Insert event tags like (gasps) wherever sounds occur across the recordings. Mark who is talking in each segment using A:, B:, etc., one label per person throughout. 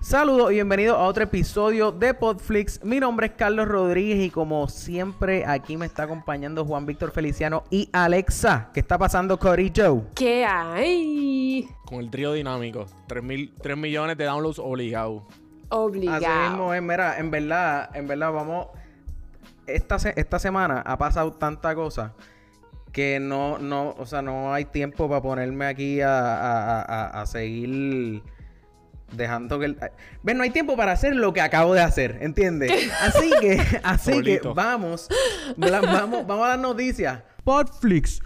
A: Saludos y bienvenidos a otro episodio de Podflix. Mi nombre es Carlos Rodríguez y como siempre aquí me está acompañando Juan Víctor Feliciano y Alexa. ¿Qué está pasando, Cory Joe?
B: ¿Qué hay?
C: Con el trío dinámico. 3, mil, 3 millones de downloads obligados.
A: Así mismo
B: Obligado.
A: es, mira, en verdad, en verdad vamos... Esta, se- esta semana ha pasado tanta cosa que no, no, o sea, no hay tiempo para ponerme aquí a, a- a- a- a seguir dejando que... el- Ven, no hay tiempo para hacer lo que acabo de hacer, ¿entiendes? Así que, así que
C: Solito.
A: vamos, la- vamos, vamos a las noticias. Podflix.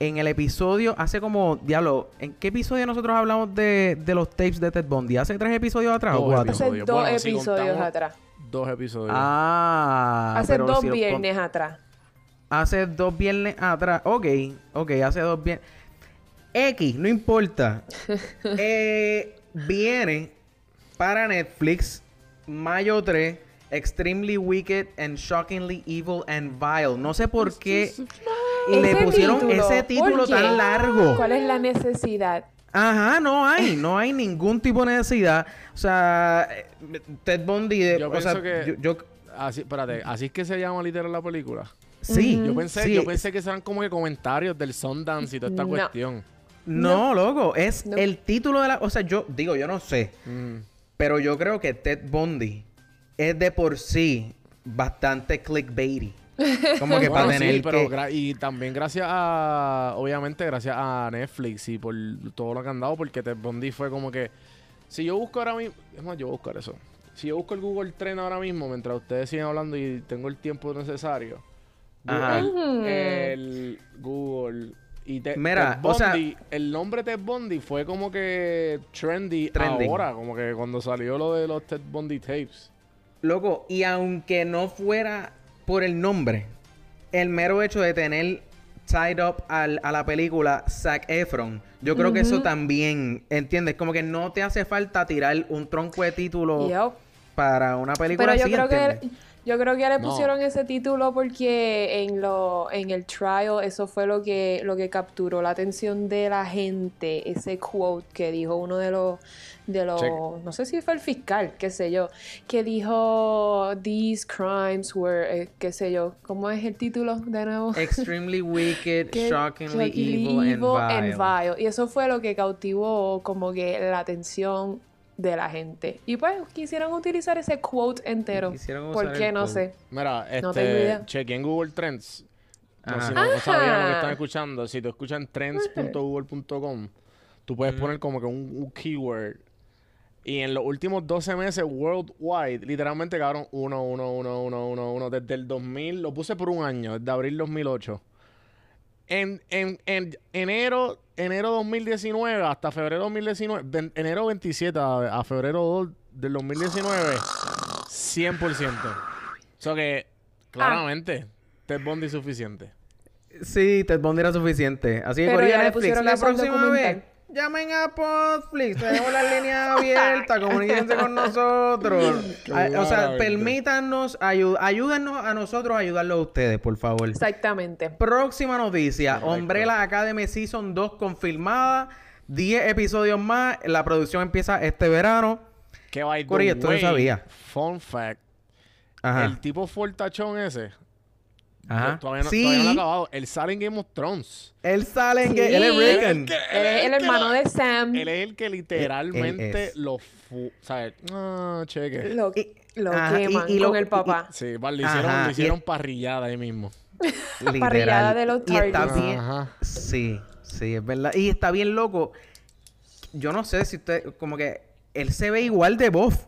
A: En el episodio, hace como, diablo, ¿en qué episodio nosotros hablamos de, de los tapes de Ted Bundy? ¿Hace tres episodios atrás o
C: Dos
A: cuatro?
B: Hace
C: Episodio.
B: dos
C: Bueno, si
B: episodios
C: contamos-
B: atrás.
C: Dos episodios.
A: Ah,
B: Hace
A: pero
B: dos
A: si lo con-
B: viernes atrás.
A: Hace dos viernes atrás. Ok, ok, hace dos viernes. X, no
B: (laughs)
A: importa. Eh, viene para Netflix, mayo 3, Extremely Wicked and Shockingly Evil and Vile. No sé por qué le
B: Ese
A: pusieron
B: título,
A: ese
B: ¿por
A: título
B: qué?
A: tan largo.
B: ¿Cuál es la necesidad?
A: Ajá, no
B: (laughs)
A: hay, no hay ningún tipo de necesidad. O sea, eh, Ted Bundy, de-
C: Yo
A: o sea,
C: pienso que-
A: yo- yo-
C: Así, espérate, así es que se llama literal la película.
A: sí,
B: Mm,
C: Yo pensé,
A: sí,
C: yo pensé que eran como que comentarios del Sundance y toda esta
B: No.
C: cuestión.
A: No, loco, es
B: No.
A: el título de la. O sea, yo digo, yo no sé,
C: Mm.
A: pero yo creo que Ted Bundy es de por sí bastante clickbaity. Como
C: (laughs)
A: que para
C: Bueno, Ah, sí,
A: tener
C: pero
A: que.
C: gra- y también gracias a obviamente gracias a Netflix y por todo lo que han dado porque Ted Bundy fue como que si yo busco ahora mismo es más yo voy a buscar eso si yo busco el Google Trend ahora mismo mientras ustedes siguen hablando y tengo el tiempo necesario
A: Ajá.
C: Google, el Google y Ted-
A: Mira,
C: Ted
A: o sea-
C: Bundy, el nombre Ted Bundy fue como que trendy,
A: Trending.
C: ahora como que cuando salió lo de los Ted Bundy tapes
A: Loco, y aunque no fuera por el nombre, el mero hecho de tener tied up al- a la película Zac Efron, yo creo que eso también, ¿entiendes? Como que no te hace falta tirar un tronco de título
B: Yup.
A: para una película
B: Pero yo
A: así,
B: creo
A: ¿entiendes?
B: que yo creo que ya le
C: No.
B: pusieron ese título porque en lo en el trial eso fue lo que lo que capturó la atención de la gente, ese quote que dijo uno de los de los
C: Check.
B: no sé si fue el fiscal, qué sé yo, que dijo these crimes were eh, qué sé yo, ¿cómo es el título de nuevo?
A: Extremely
B: (laughs)
A: wicked,
B: que-
A: shockingly
B: shockingly
A: evil, and
B: evil
A: vile.
B: and vile. Y eso fue lo que cautivó como que la atención de la gente. Y pues quisieron utilizar ese quote entero.
A: Quisieron usar
B: ¿Por qué?
A: el
B: No
A: quote.
B: sé.
C: Mira,
B: No
C: este,
B: tengo idea.
C: chequeé en Google Trends. No,
A: Ajá.
C: si no, no sabían lo que
B: Ajá.
C: están escuchando. Si tú escuchan trends.google.com, tú puedes poner como que un, un keyword. Y en los últimos 12 meses worldwide, literalmente cagaron 1, 1, 1, 1, 1, 1. Desde el 2000, lo puse por un año, desde abril 2008. En, en, en enero, enero 2019 hasta febrero 2019, de enero 27 a, a febrero 2 del 2019, 100%. O sea que, claramente,
B: Ah.
C: Ted Bundy es suficiente.
A: Sí, Ted Bundy era suficiente. Así que
B: Pero
A: corría
B: ya le
A: Netflix.
B: pusieron
A: La
B: eso al
A: próxima
B: documental.
A: vez. Llamen a Podflix, tenemos la línea
B: (laughs)
A: abierta, comuníquense con nosotros. Ah, o sea,
C: Claramente.
A: permítanos, ayu- ayúdennos a nosotros a ayudarlos a ustedes, por favor.
B: Exactamente.
A: Próxima noticia,
C: Correcto.
A: Umbrella Academy Season 2 confirmada, 10 episodios más, la producción empieza este verano.
C: Que by the
A: Cory, esto no
C: way,
A: sabía.
C: Fun fact.
A: Ajá.
C: El tipo fortachón ese. pues,
A: Ajá.
C: Todavía no,
A: sí,
C: todavía no lo ha acabado. Él sale en Game of Thrones.
A: él sale en... que-
B: Sí.
A: Él es Reagan.
C: Él es el que-
B: Él es el hermano de Sam.
C: Él es el que literalmente
A: es.
C: lo fu... O sea, él- ah, cheque.
B: Lo,
A: Y-
B: lo
A: ajá, y-
B: queman
A: y lo-
B: con el papá.
C: Sí, vale, le hicieron,
A: Ajá,
C: le
A: y
C: hicieron
A: es-
C: parrillada ahí mismo.
A: Literal.
B: parrillada de los
A: Y está
B: Targets.
A: bien.
C: Ajá.
A: Sí, sí, es verdad. Y está bien loco. Yo no sé si usted, como que él se ve igual de Boff.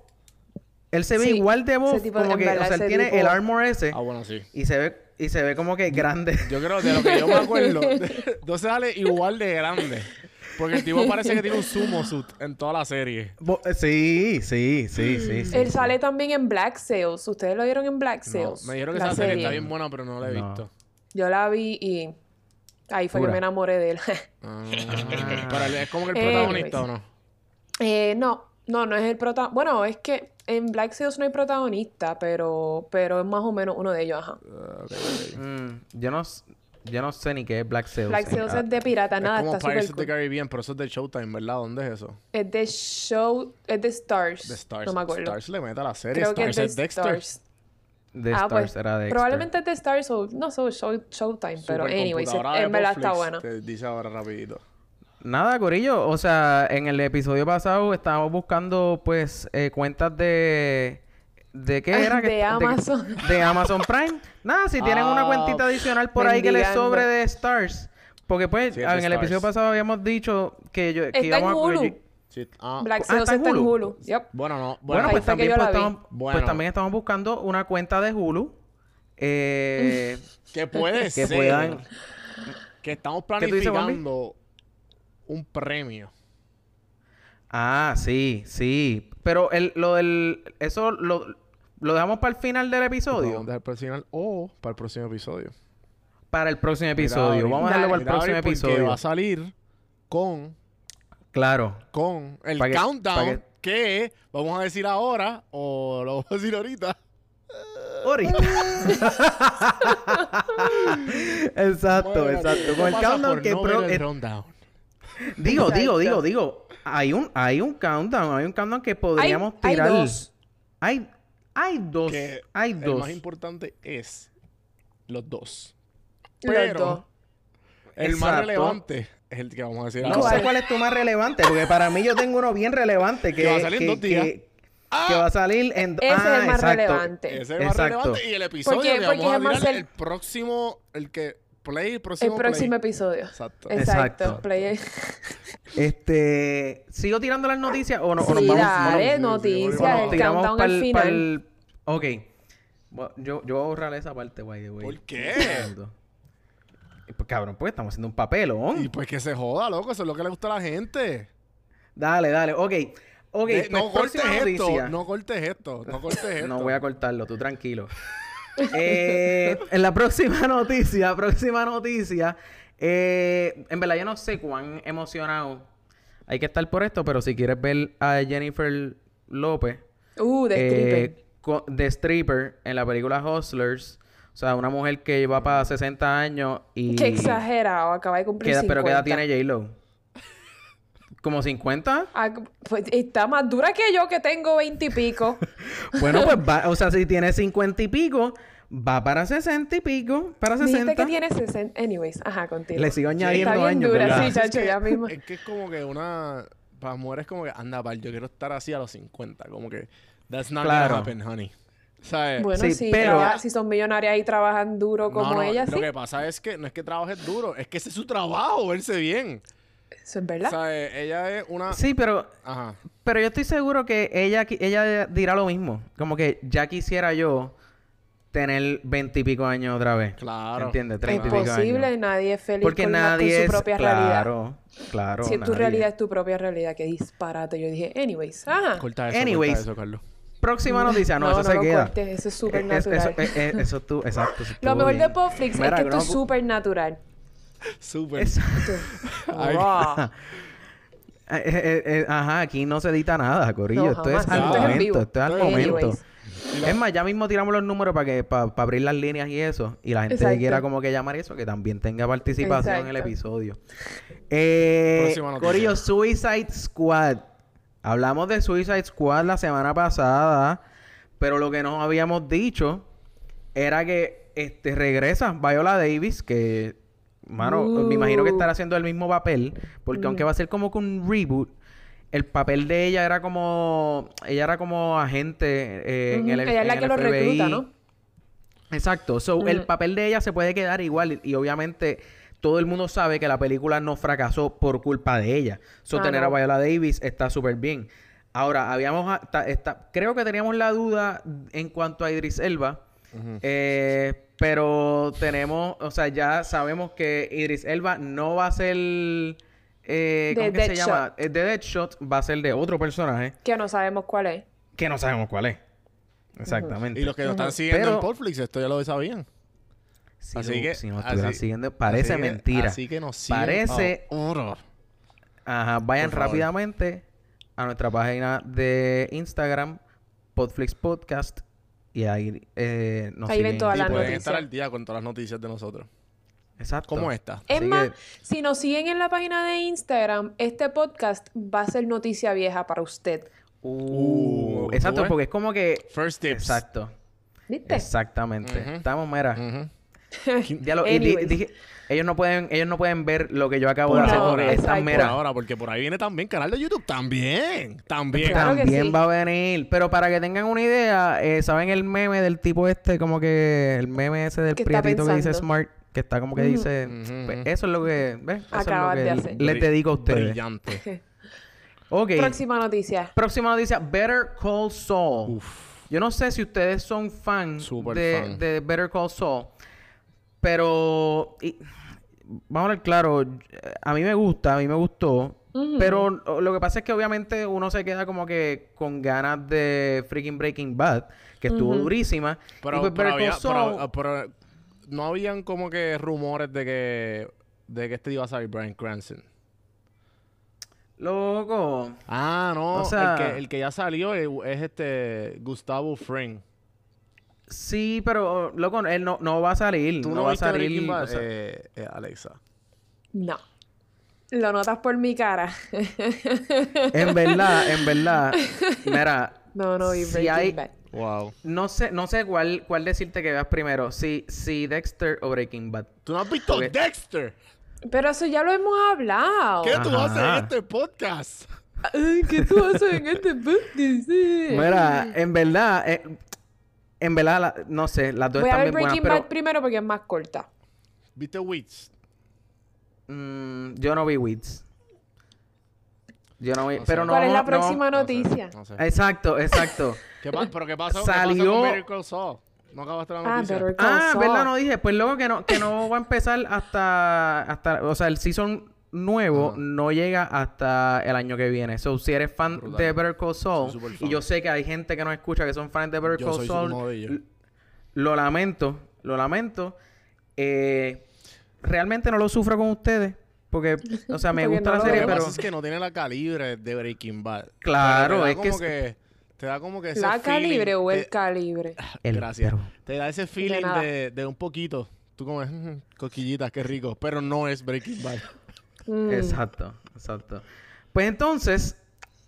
A: Él se ve
B: Sí,
A: igual de Boff.
B: ese tipo-
A: Como
B: en
A: que, o
B: verdad,
A: sea, él
B: ese
A: tiene
B: tipo-
A: el armor ese
C: Ah, bueno, sí.
A: y se ve, y se ve como que grande.
C: Yo creo de lo que yo me
B: (laughs)
C: acuerdo, (laughs) entonces sale igual de grande. Porque el tipo parece que tiene un sumo suit en toda la serie.
A: (laughs) Bo- sí, sí, sí, sí, sí.
B: Él sale también en Black Sales. Ustedes lo vieron en Black
C: No,
B: Sales.
C: me dijeron que
B: La
C: esa serie está
B: serie.
C: bien buena, pero no la he
A: No.
C: visto.
B: Yo la vi y ahí fue
A: Pura.
B: que me enamoré de él. (laughs)
C: (laughs) Ah, pero él es como que el
B: Anyways.
C: protagonista, ¿o no?
B: Eh, no, No, no es el protagonista. Bueno, es que en Black Seals no hay protagonista, pero, pero es más o menos uno de ellos, ajá.
C: Ah, ok, ok.
A: Mm, yo, no, s- yo no sé ni qué es Black Ah, Sales.
B: Black Seals es de pirata, nada,
C: es como
B: está
C: Pirates
B: súper
C: of the
B: cool.
C: Caribbean, pero eso es de Showtime, ¿verdad? ¿Dónde es eso?
B: Es de Show, es de Stars.
C: De Stars.
B: No me acuerdo.
C: Stars le mete a la serie.
B: Creo que
C: Stars
B: es de
C: es Dexter.
B: Stars.
A: De
B: Ah,
A: Stars
B: pues,
A: era de Dexter.
B: probablemente es de Stars o no sé, Show- Showtime, pero anyways, es-
C: Supercomputadora de
B: en verdad está
C: Netflix,
B: bueno.
C: Te dice ahora rapidito.
A: Nada, Corillo. O sea, en el episodio pasado estábamos buscando, pues, eh, cuentas de. ¿De qué
B: (laughs)
A: era? que-
B: De Amazon.
A: De, Amazon Prime. Nada, si tienen una
C: Ah,
A: cuentita adicional por ahí que les
B: mendigando.
A: sobre de Stars. Porque, pues,
C: Sí, es de
A: en el episodio
C: Stars.
A: pasado habíamos dicho que, yo, que
B: Está en
A: íbamos a-
B: Hulu.
C: Sí, ah,
A: ah,
B: Black Seals
A: está en
B: está en
A: Hulu.
B: Hulu. Yep.
C: Bueno, no.
A: Bueno,
C: Bueno,
B: Ahí
A: pues
B: fue que
A: también,
B: yo
A: pues,
B: la vi.
A: estamos, pues,
C: Bueno.
A: también estamos buscando una cuenta de Hulu. eh,
C: que puede
A: que
C: (laughs) ser
A: puedan.
C: que estamos
A: ¿Qué tú dices, Bambi?
C: planificando un premio.
A: Ah, sí, sí. Pero el, lo del. Eso lo, lo dejamos para el final del episodio.
C: Para el próximo final o para el próximo episodio.
A: Para el próximo
C: Mira,
A: episodio.
C: Abril.
A: Vamos a dejarlo para el
C: Mira, Abril,
A: próximo
C: porque
A: episodio.
C: va a salir con,
A: Claro.
C: con el
A: Pa' que-
C: countdown
A: pa'
C: que vamos a decir ahora o lo vamos a decir ahorita.
A: Ahorita. (laughs) exacto,
C: Bueno,
A: exacto.
C: ¿qué
A: Con el
C: pasa
A: countdown
C: por
A: que
C: no
A: pro-
C: ver el
A: eh,
C: rundown?
A: digo, digo,
B: Exacto.
A: digo, digo. Hay un, hay un countdown, hay un countdown que podríamos
B: hay
A: tirar.
B: dos.
A: Hay, hay dos.
C: que
A: Hay
C: El
A: dos.
C: más importante es los dos.
B: Los
C: Pero-
B: dos.
A: Ah,
C: El más
A: Exacto.
C: relevante es el que vamos a decir
A: No
C: ahora.
A: sé cuál es tu más relevante, porque para mí yo tengo uno bien relevante que,
C: Que va a salir en
A: que-
C: dos días.
A: que- que va a salir en
B: Ese es el
A: Ah,
B: más
A: exacto.
B: relevante.
C: Ese es el más
A: Exacto.
C: relevante. Y el episodio
B: Porque-
C: que
B: porque
C: vamos a
B: es más
C: tirar
B: el-
C: el próximo, el que play, el próximo
B: El próximo
C: play.
B: episodio.
C: Exacto.
B: Exacto.
A: Exacto.
B: Play-
A: Este, sigo tirando las noticias o no o nos
B: Sí,
A: vamos o nos-
B: dale,
C: sí, sí,
B: noticias,
C: bueno,
B: el
A: tiramos
B: countdown
A: pa'l-
B: al final.
A: pa'l- Ok. Bu- Yo, yo voy a borrar esa parte, by the way.
C: ¿Por qué?
A: Un segundo. Eh, Pues, cabrón, pues estamos haciendo un papelón.
C: Y pues que se joda, loco. Eso es lo que le gusta a la gente.
A: Dale, dale. Ok. Ok,
C: De-
A: pues,
C: no cortes
A: próxima
C: esto.
A: noticia.
C: No cortes esto.
A: (laughs)
C: No cortes esto.
A: No voy a cortarlo, tú tranquilo. (laughs) Eh, en la próxima noticia, próxima noticia. eh, en verdad, yo no sé cuán emocionado hay que estar por esto, pero si quieres ver a Jennifer López
B: Uh, de stripper.
A: eh, co- de stripper en la película Hustlers, o sea, una mujer que lleva para 60 años y.
B: Qué exagerado. Acaba de cumplir
A: Queda- ¿Pero qué edad
B: 50.
A: tiene J-Lo? ¿Como 50?
B: Ah, pues, está más dura que yo que tengo 20
A: (laughs)
B: y pico.
A: Bueno, pues va, o sea, si tiene 50 y pico, va para 60 y pico, para
B: Dijiste
A: 60.
B: que tiene 60. Anyways, ajá, contigo.
A: Le sigo
C: Sí,
A: añadiendo
B: está bien
A: años,
B: dura,
A: ¿verdad?
B: sí, chacho, ya mismo.
C: Es que es como que una... Para las mujeres como que, anda, pal, yo quiero estar así a los 50. Como que, that's not
A: Claro.
C: gonna happen, honey. ¿Sabes?
B: Bueno,
A: Sí,
B: si,
A: pero-
B: traba- si son millonarias y trabajan duro como
C: no, no,
B: ella,
C: lo
B: sí.
C: que pasa es que no es que trabajes duro, es que ese es su trabajo, verse bien.
B: Eso es verdad.
C: ¿Sabes? Ella es una...
A: Sí, pero,
C: Ajá.
A: pero yo estoy seguro que ella, qui- ella dirá lo mismo. Como que ya quisiera yo tener 20 y pico años otra vez.
C: Claro.
A: ¿Entiendes? 30
B: Es
A: y pico
B: posible,
A: años.
B: nadie es feliz
A: Porque
B: con, la- con
A: nadie
B: su propia
A: es...
B: realidad.
A: Claro, claro.
B: Si tu
A: nadie.
B: realidad es tu propia realidad, qué disparate. Yo dije, anyways, ajá.
C: Corta eso,
A: Anyways.
C: corta eso, Carlos.
A: Próxima noticia. No, eso se
B: lo
A: queda.
B: cortes, eso es
A: Eh,
B: súper
A: es- eso,
B: natural.
A: eh, eh, eso tú, exacto. eso
B: (laughs) Lo
A: estuvo
B: mejor de
A: bien.
B: Popflix es
A: Mira,
B: que esto
A: no- eh,
B: es
A: (laughs)
B: súper natural.
C: Súper.
A: Exacto.
C: (laughs)
A: (laughs)
C: Ay,
B: Wow.
A: Eh, eh, eh, ajá, aquí no se edita nada, Corillo.
B: No,
A: esto es
B: jamás.
A: al
C: Esto es en
A: momento,
B: vivo.
A: esto es al
C: Esto es en
A: momento.
B: vivo.
A: Es más, ya mismo tiramos los números para que para abrir las líneas y eso. Y la gente que
B: Exacto.
A: quiera como que llamar eso, que también tenga participación en el
B: Exacto.
A: episodio. Eh,
C: Próxima noticia.
A: Corillo, Suicide Squad. Hablamos de Suicide Squad la semana pasada, pero lo que nos habíamos dicho era que este regresa Viola Davis, que mano, me imagino que
B: Uh.
A: estará haciendo el mismo papel, porque aunque
B: Mm.
A: va a ser como que un reboot, el papel de ella era como ella era como agente eh, en
B: Ujú,
A: el
B: Ella es
A: en
B: la
A: el
B: que lo
A: FBI.
B: recluta, ¿no?
A: Exacto. So, el
B: Ujú.
A: papel de ella se puede quedar igual y, y obviamente todo el mundo sabe que la película no fracasó por culpa de ella. So,
B: Ah,
A: tener
B: no.
A: a Viola Davis está súper bien. Ahora, habíamos... a- ta- esta- creo que teníamos la duda en cuanto a Idris Elba. Eh, pero tenemos... O sea, ya sabemos que Idris Elba no va a ser... eh,
B: De
A: ¿Cómo que se
B: Deadshot.
A: llama? Eh, De Deadshot va a ser de otro personaje
B: Que no sabemos cuál es.
A: que no sabemos cuál es. Exactamente.
C: Y los que nos están siguiendo
A: Pero-
C: en Portflix, esto ya lo sabían.
A: Si
C: Así
A: lo-
C: que-
A: si nos estuvieran
C: así-
A: siguiendo, parece
C: Así que-
A: mentira.
C: Así que nos siguen
A: Parece,
C: ahora.
A: ajá, vayan
C: Por favor.
A: rápidamente a nuestra página de Instagram, Podflix Podcast, y ahí eh, nos
B: Ahí ven
A: siguen.
B: todas
C: Y
B: las
C: pueden
B: noticias.
C: estar al día con todas las noticias de nosotros.
A: Exacto.
C: Como esta.
B: Es
A: Así
B: más,
A: que-
B: si nos siguen en la página de Instagram, este podcast va a ser noticia vieja para usted.
A: Uh,
C: Uh, ¿tú
A: exacto,
C: ves?
A: porque es como que...
C: First tips.
A: Exacto.
B: ¿Viste?
A: Exactamente.
C: Ujú. Mm.
A: Estamos, mira.
C: Ujú.
A: diálogo- y di-
B: Anyways.
A: dije, ellos no pueden, ellos no pueden ver lo que yo acabo
C: Por
A: de hacer
B: No,
A: porque
C: ahora,
A: están,
B: exacto.
C: Por
A: mira.
C: ahora, porque por ahí viene también canal de YouTube. También. También.
B: Claro. que
A: también
B: sí.
A: va a venir. Pero para que tengan una idea, eh, ¿saben el meme del tipo este? Como que el meme ese del
B: Que está
A: prietito que dice
B: pensando.
A: Smart, que está como que
B: Ujú.
A: dice.
C: Ujú,
A: pues,
C: ujú.
A: eso es lo que. ¿ves? Eso es lo
B: Acabas de
A: que
B: hacer.
A: les dedico a ustedes.
C: Brillante.
A: Ok.
B: Próxima noticia.
A: Próxima noticia: Better Call Saul. Yo no sé si ustedes son fan
C: Súper
A: de,
C: fan.
A: de Better Call Saul, pero y- vamos a hablar claro, eh, a mí me gusta, a mí me gustó,
B: Ujú.
A: pero o- lo que pasa es que obviamente uno se queda como que con ganas de freaking Breaking Bad, que estuvo
B: Ujú.
A: durísima. y
C: Pero,
A: pues
C: pero
A: Better Call
C: había- pero- ah,
A: Saul-
C: pero no habían como que rumores de que, de que este iba a salir Brian Cranston.
A: Loco.
C: Ah, no.
A: O sea-
C: el, que, el que ya salió es, es este Gustavo Fring.
A: Sí, pero loco, él no, no va a salir.
C: ¿Tú
A: no,
C: no,
A: va a
C: viste
A: salir.
C: Breaking Bad?
A: o sea,
C: Eh, eh, Alexa.
B: No. Lo notas por mi cara.
C: Eh.
A: En verdad, en
B: (laughs)
A: verdad. Mira,
B: No, no, vi
A: Si
B: Breaking
A: hay-
B: Bad.
C: Wow.
A: No sé, no sé cuál, cuál decirte que veas primero, si, si Dexter o Breaking Bad.
C: ¿Tú no has visto
A: Ok.
C: Dexter?
B: Pero eso ya lo hemos hablado.
C: ¿Qué tú
A: Oh. Ajá.
C: haces en este podcast?
B: Ay, ¿Qué tú haces en este podcast? Sí.
A: Mira, en verdad, eh, en verdad, la- no sé, las dos
B: Voy a
A: están
B: ver
A: bien buenas,
B: Breaking
A: pero
B: Bad primero porque es más corta.
C: ¿Viste Wits?
A: mm, yo no vi Weeds. Yo no vi,
C: No sé.
A: pero no
B: ¿Cuál es la
A: vamos- no-
B: próxima noticia?
C: No sé.
A: Exacto,
B: (laughs)
A: exacto.
C: ¿Qué pa- ¿Pero qué pasó? ¿Qué pasó
A: Salió-
C: con Better Call Saul? ¿No acabaste la
B: Ah,
C: noticia?
B: Better Call
A: ah,
B: Saul.
A: ¿verdad? No dije, pues luego que no, que no va a empezar hasta, hasta, o sea, el season nuevo
C: Ajá.
A: no llega hasta el año que viene. So, si eres fan
C: Brutal.
A: de Better Call Saul,
C: Soy súper
A: y
C: fan.
A: yo sé que hay gente que nos escucha que son fans de Better
C: Yo
A: Call
C: soy
A: Saul,
C: uno de ellos.
A: l- lo lamento, lo lamento. Eh, realmente no lo sufro con ustedes, porque, o
B: (laughs)
A: sea, me
B: Porque
A: gusta
B: no
A: la
B: lo
C: Lo
A: serie,
C: que
B: veo.
A: pero...
C: pasa es que no tiene la calibre de Breaking Bad.
A: Claro,
C: Pero te da
A: es que
C: como
A: es-
C: Te da como que ese
B: ¿La calibre
C: feeling
B: o
A: eh,
B: el
C: de-
B: calibre?
A: El
C: Gracias.
A: perro.
C: Te da ese feeling
B: nada.
C: de, de un poquito. Tú comes mm, coquillitas, qué rico. Pero no es Breaking Bad.
B: Mm.
A: Exacto, exacto. Pues entonces,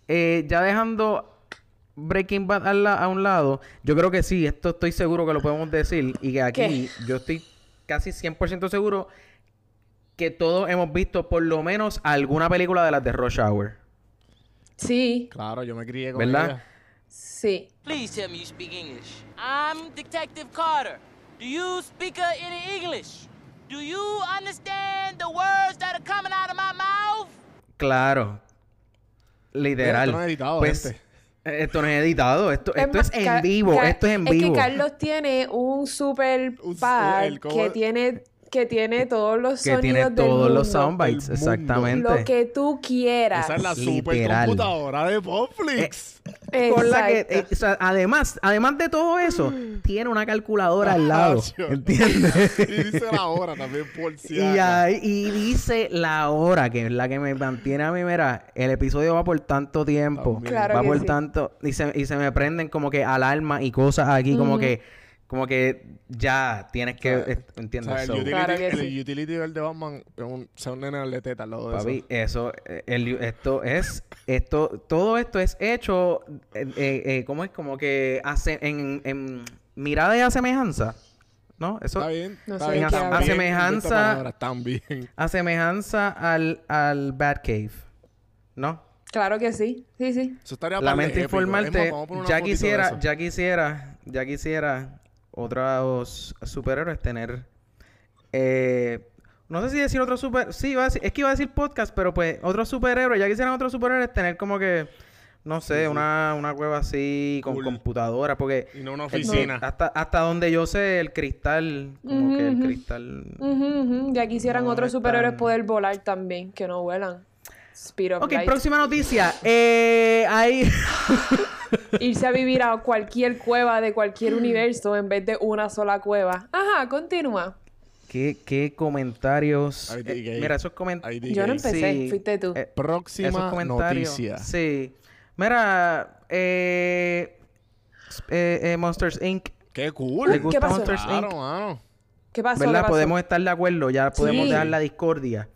A: eh, ya dejando Breaking Bad a, la- a un lado, yo creo que sí, esto estoy seguro que lo podemos decir y que aquí yo estoy casi 100% seguro que todos hemos visto por lo menos alguna película de las de Rush Hour.
B: Sí,
C: Claro, yo me crié con
A: ¿Verdad?
C: ella.
B: sí.
D: Please tell me you speak English. I'm Detective Carter. Do you speak uh, any English? Do you understand the words that are coming out of my mouth?
A: Claro. Literal.
C: Mira, esto no es editado,
A: Pues,
C: gente.
A: eh, esto no es editado, esto, esto
B: más,
A: es en
B: Ca-
A: vivo,
B: Ca-
A: esto es en
B: Es
A: vivo.
B: que Carlos tiene un super
C: Un su-
B: pad
C: el cómo-
B: que tiene que tiene todos los
A: que
B: sonidos
A: tiene
B: del
A: todos los
B: mundo.
A: soundbites,
C: Del mundo.
A: exactamente.
B: Lo que tú quieras.
C: Esa es la
A: Literal.
C: supercomputadora de Popflix.
A: con la que,
B: Exacto.
A: eh, o sea, además, además de todo
B: (gasps)
A: eso, tiene una calculadora al
C: Ah, (laughs)
A: lado,
C: Nacho.
A: ¿entiendes?
C: y dice la hora también,
A: (laughs)
C: por si
A: Y,
C: acaso.
A: ahí- y dice la hora, que es la que me mantiene a mí, mira, el episodio va por tanto tiempo,
C: También.
B: Claro
A: va
B: que
A: por
B: sí.
A: tanto, y se, y se me prenden como que alarmas y cosas aquí, como
B: Ujú.
A: que, como que ya tienes que,
C: Claro.
A: eh,
C: O sea,
A: ¿entiendes?
C: el
A: So,
C: utility,
B: Claro que
C: el
B: sí.
C: utility bill de Batman es un, es un nene de teta al lado de
A: Papi, eso,
C: eso.
A: eh, el- esto es, esto, todo esto es hecho, eh, eh, eh, ¿cómo es? Como que hace, en, en mirada y asemejanza, ¿no? Eso,
C: Está bien.
B: No
C: está
B: sé de
C: bien.
B: qué
C: también,
B: habla.
A: A semejanza-
C: inventa palabras, También.
A: a semejanza al, al Batcave, ¿no?
B: Claro que sí. Sí, sí.
C: Eso estaría
A: La
C: par de
A: mente
C: épico. Es más,
A: informante,
C: vamos a poner una
A: ya
C: fotito de
A: quisiera,
C: eso.
A: ya quisiera, ya quisiera otros superhéroes tener, eh, no sé si decir otro super, sí, iba a decir- es que iba a decir podcast, pero pues otros superhéroes, ya quisieran otros superhéroes tener como que, no sé, una, una cueva así con
C: Cool.
A: computadora, porque
C: Y no una
A: el-
C: oficina.
A: hasta, hasta donde yo sé el cristal, como que el
B: Ujú.
A: cristal...
B: Ujú, ujú. Ya quisieran
A: No
B: otros
A: es
B: superhéroes
A: tan-
B: poder volar también, que no vuelan. Speed of
A: Ok,
B: light.
A: próxima noticia. Eh,
C: (laughs)
A: hay...
B: Irse a vivir a cualquier cueva de cualquier universo en vez de una sola cueva. Ajá, continúa.
A: ¿Qué, qué comentarios?
C: Ay, DJ.
A: Eh, mira, esos comentarios...
C: Ahí
B: Yo no
C: dije.
B: empecé, fuiste tú.
A: eh,
C: Próxima
A: esos comentarios.
C: noticia.
A: Sí. Mira, eh, eh, eh, Monsters Inc.
C: ¡Qué cool!
A: ¿Le gusta
B: pasó?
A: Monsters
C: Claro,
A: Inc?
C: mano.
B: ¿Qué pasó? ¿Qué
A: ¿Verdad?
B: pasó?
A: Podemos estar de acuerdo, ya podemos
B: Sí.
A: dejar la discordia.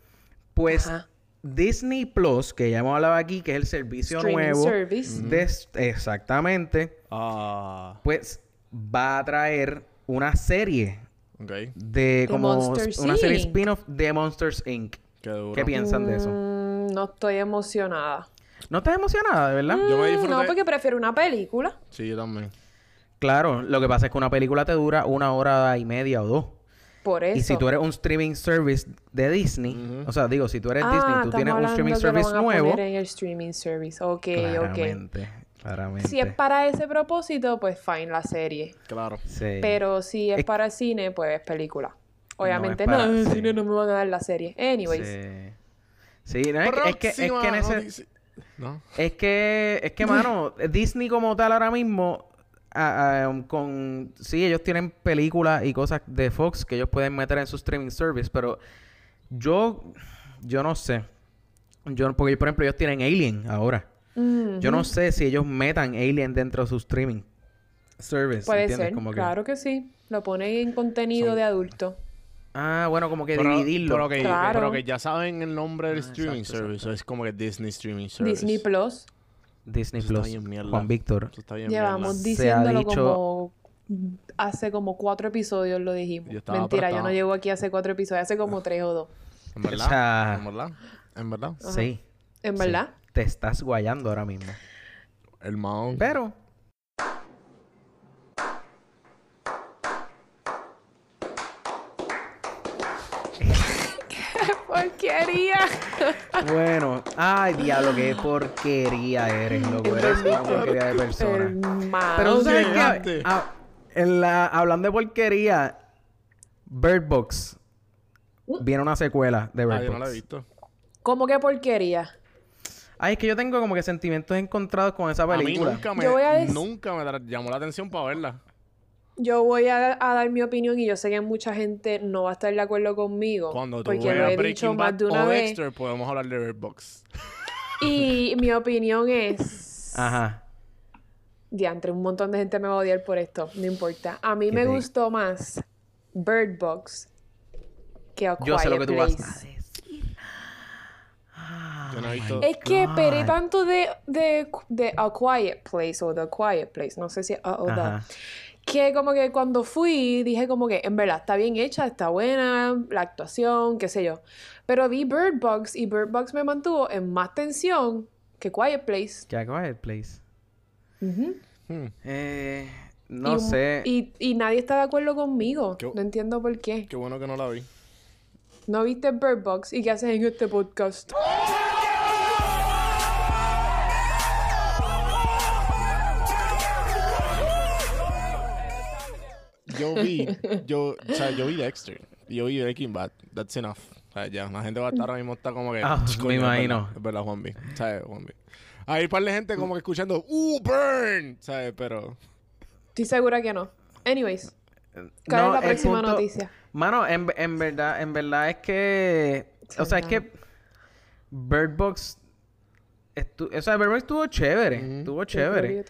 A: Pues
B: Ajá.
A: Disney Plus, que ya hemos hablado aquí, que es el servicio
B: Streaming
A: nuevo.
B: service.
A: de- exactamente.
C: Ah.
A: Pues va a traer una serie
C: Ok.
A: de
B: De
A: como
B: Monsters,
A: una serie
B: Inc.
A: spin-off de Monsters Inc.
C: Qué duro.
A: ¿Qué piensan de eso?
B: Mm, no estoy emocionada.
A: ¿No estás emocionada, de verdad?
C: Yo me
B: Mm,
C: disfruté.
B: No, porque prefiero una película.
C: Sí, yo también.
A: Claro, lo que pasa es que una película te dura una hora y media o dos.
B: Por eso.
A: Y si tú eres un streaming service de Disney, o sea, digo, si tú eres Disney, tú
B: Ah, estamos
A: tienes un
B: hablando
A: streaming
B: que lo
A: service
B: van a
A: nuevo.
B: poner en el streaming service. Ok, ok.
A: Claramente, claramente.
B: Si es para ese propósito, pues fine la serie.
C: Claro.
A: Sí.
B: Pero si es
A: Es-
B: para el cine, pues película.
A: No, es
B: Obviamente no,
A: para-
B: en el
A: sí.
B: cine no me van a dar la serie. Anyways.
A: Sí. Sí, no, es, es que, es que en
C: Próxima
A: ese-
C: noticia. No.
A: Es que, es que, mano, Disney como tal ahora mismo, a- a- con, sí, ellos tienen películas y cosas de Fox que ellos pueden meter en su streaming service, pero yo, yo no sé. Yo, porque, por ejemplo, ellos tienen Alien ahora.
B: Mm,
A: Yo no sé si ellos metan Alien dentro de su streaming service.
B: puede
A: ¿entiendes?
B: ser,
A: Como que-
B: claro que sí. Lo ponen en contenido de adulto.
A: Ah, bueno, como que
C: Pero,
A: dividirlo. Ah,
C: pero que,
B: Claro.
C: pero que ya saben el nombre del streaming
A: exacto,
C: service.
A: exacto.
C: Es como que Disney Streaming Service.
B: Disney Plus.
A: Disney
C: Eso está
A: Plus.
C: bien mierda.
A: Juan Víctor.
C: Eso está bien
B: Llevamos
A: Se
C: mierda.
B: diciéndolo
A: ha dicho-
B: como hace como cuatro episodios lo dijimos.
C: Yo estaba,
B: Mentira,
C: pero
B: yo no
C: estaba-
B: llevo aquí hace cuatro episodios, hace como tres o dos.
C: En
A: O
C: verdad.
A: sea,
C: En verdad. En verdad.
A: sí.
B: ¿En
A: sí.
B: verdad?
A: Te estás guayando ahora mismo.
C: El Ah, Mao.
A: Pero
B: ¡Porquería!
A: Bueno, ay, diablo, qué porquería eres, loco. Eres una porquería de
B: Eh,
A: persona.
B: Hermano.
A: Pero tú sabes
C: gigante.
A: que, ah, en la- hablando de porquería, Bird Box.
B: Uh.
A: Viene una secuela de
C: Ah,
A: Bird
C: yo no la he
A: Box.
C: visto.
B: ¿Cómo que porquería?
A: Ay, es que yo tengo como que sentimientos encontrados con esa
C: A mí
A: película.
C: nunca me,
B: Yo voy a dec-
C: nunca me tra- llamó la atención para verla.
B: Yo voy a, a dar mi opinión y yo sé que mucha gente no va a estar de acuerdo conmigo.
C: Cuando tú
B: porque lo
C: veas
B: he dicho
C: Breaking
B: más
C: Bad
B: de una
C: o
B: vez.
C: Dexter, podemos hablar de Bird Box.
B: Y mi opinión es.
A: Ajá.
B: Diantre, un montón de gente me va a odiar por esto. No importa. A mí
A: Que
B: me
A: te-
B: gustó más Bird Box que A
A: Yo sé lo que
B: Quiet
A: tú vas a
B: Place.
A: decir.
C: Yo no he visto.
B: Es que
A: God.
B: esperé tanto de, de, de A Quiet Place o The Quiet Place, no sé si A o The,
A: Ajá.
B: que como que cuando fui dije como que en verdad está bien hecha, está buena, la actuación, qué sé yo. Pero vi Bird Box y Bird Box me mantuvo en más tensión que Quiet Place.
A: Ya, Quiet Place.
B: Ujú.
C: Hmm.
A: Eh, no
B: y,
A: sé.
B: Y, y nadie está de acuerdo conmigo.
C: Qué-
B: No entiendo por qué.
C: Qué bueno que no la vi.
B: No viste Bird Box y qué haces en este podcast. (laughs)
C: Yo vi, yo, o sea, yo vi Dexter. y Yo vi Breaking Bad. That's enough. O sea, ya, la gente va a estar ahora mismo está como que.
A: Ah,
C: "Coño,
A: me
C: es
A: imagino.
C: verdad, Es verdad, Juan B. ¿Sabes, Juan B? Hay un par de gente como que escuchando, ¡Uh, burn! ¿Sabes? Pero.
B: Estoy segura que no. Anyways, ¿cuál es la
A: el
B: próxima
A: punto-
B: noticia?
A: Mano, en, en verdad, en verdad es que. O
B: Sí,
A: sea, es
B: claro.
A: que Bird Box. estu- O sea, Bird Box estuvo chévere. Estuvo chévere.